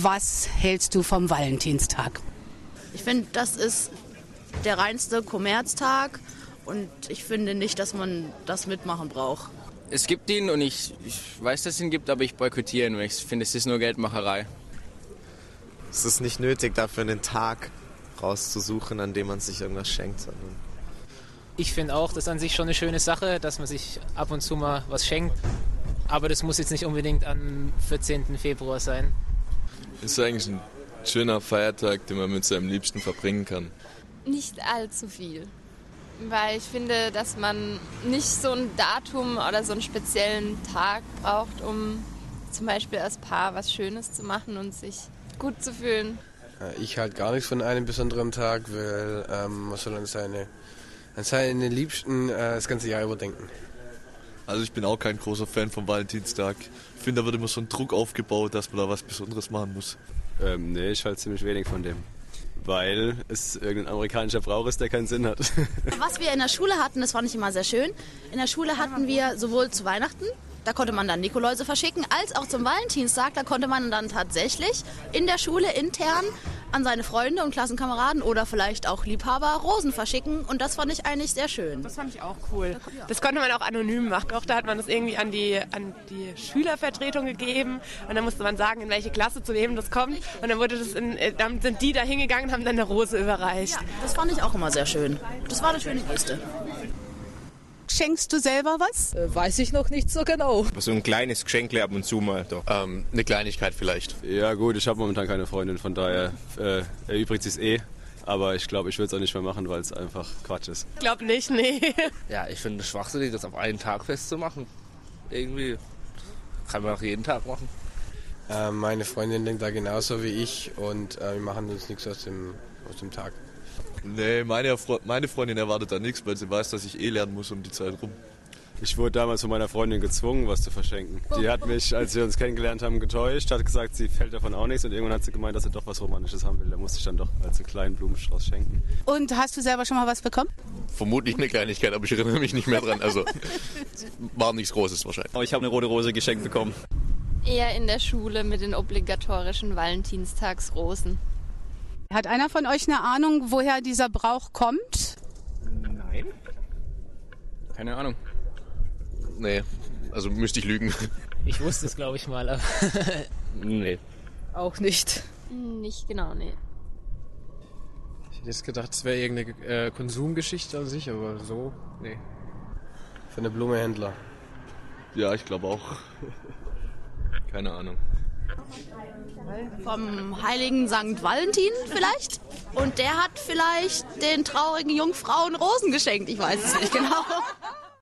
Was hältst du vom Valentinstag? Ich finde, das ist der reinste Kommerztag und ich finde nicht, dass man das mitmachen braucht. Es gibt ihn und ich, ich weiß, dass es ihn gibt, aber ich boykottiere ihn, weil ich finde, es ist nur Geldmacherei. Es ist nicht nötig, dafür einen Tag rauszusuchen, an dem man sich irgendwas schenkt, sondern Ich finde auch, das ist an sich schon eine schöne Sache, dass man sich ab und zu mal was schenkt. Aber das muss jetzt nicht unbedingt am 14. Februar sein. Ist eigentlich ein schöner Feiertag, den man mit seinem Liebsten verbringen kann. Nicht allzu viel. Weil ich finde, dass man nicht so ein Datum oder so einen speziellen Tag braucht, um zum Beispiel als Paar was Schönes zu machen und sich gut zu fühlen. Äh, Ich halte gar nichts von einem besonderen Tag, weil ähm, man soll an seine, an seine Liebsten äh, das ganze Jahr überdenken. Also ich bin auch kein großer Fan vom Valentinstag. Ich finde, da wird immer so ein Druck aufgebaut, dass man da was Besonderes machen muss. Ähm, nee, ich halte ziemlich wenig von dem. Weil es irgendein amerikanischer Brauch ist, der keinen Sinn hat. Was wir in der Schule hatten, das fand ich immer sehr schön. In der Schule hatten wir sowohl zu Weihnachten, da konnte man dann Nikoläuse verschicken, als auch zum Valentinstag, da konnte man dann tatsächlich in der Schule intern an seine Freunde und Klassenkameraden oder vielleicht auch Liebhaber Rosen verschicken und das fand ich eigentlich sehr schön. Das fand ich auch cool. Das konnte man auch anonym machen. Auch da hat man das irgendwie an die, an die Schülervertretung gegeben und dann musste man sagen, in welche Klasse zu wem das kommt und dann wurde das in, äh, dann sind die da hingegangen und haben dann eine Rose überreicht. Ja, das fand ich auch immer sehr schön. Das war eine schöne Geste. Schenkst du selber was? Äh, weiß ich noch nicht so genau. So ein kleines Geschenkle ab und zu mal. Doch. Ähm, eine Kleinigkeit vielleicht. Ja gut, ich habe momentan keine Freundin, von daher äh, erübrigt sich eh. Aber ich glaube, ich will es auch nicht mehr machen, weil es einfach Quatsch ist. Ich glaube nicht, nee. Ja, ich finde es schwachsinnig, das auf einen Tag festzumachen. Irgendwie kann man auch jeden Tag machen. Äh, meine Freundin denkt da genauso wie ich und äh, wir machen uns nichts aus dem, aus dem Tag. Nee, meine, Fre meine Freundin erwartet da nichts, weil sie weiß, dass ich eh lernen muss um die Zeit rum. Ich wurde damals von meiner Freundin gezwungen, was zu verschenken. Die hat mich, als wir uns kennengelernt haben, getäuscht, hat gesagt, sie fällt davon auch nichts und irgendwann hat sie gemeint, dass sie doch was Romantisches haben will. Da musste ich dann doch als einen kleinen Blumenstrauß schenken. Und hast du selber schon mal was bekommen? Vermutlich eine Kleinigkeit, aber ich erinnere mich nicht mehr dran. Also war nichts Großes wahrscheinlich. Aber ich habe eine rote Rose geschenkt bekommen. Eher in der Schule mit den obligatorischen Valentinstagsrosen. Hat einer von euch eine Ahnung, woher dieser Brauch kommt? Nein. Keine Ahnung. Nee, also müsste ich lügen. Ich wusste es, glaube ich, mal. Aber nee. Auch nicht. Nicht genau, nee. Ich hätte jetzt gedacht, es wäre irgendeine äh, Konsumgeschichte an sich, aber so, nee. Für eine Blumehändler. Ja, ich glaube auch. Keine Ahnung. Vom heiligen Sankt Valentin vielleicht? Und der hat vielleicht den traurigen Jungfrauen Rosen geschenkt, ich weiß es nicht genau.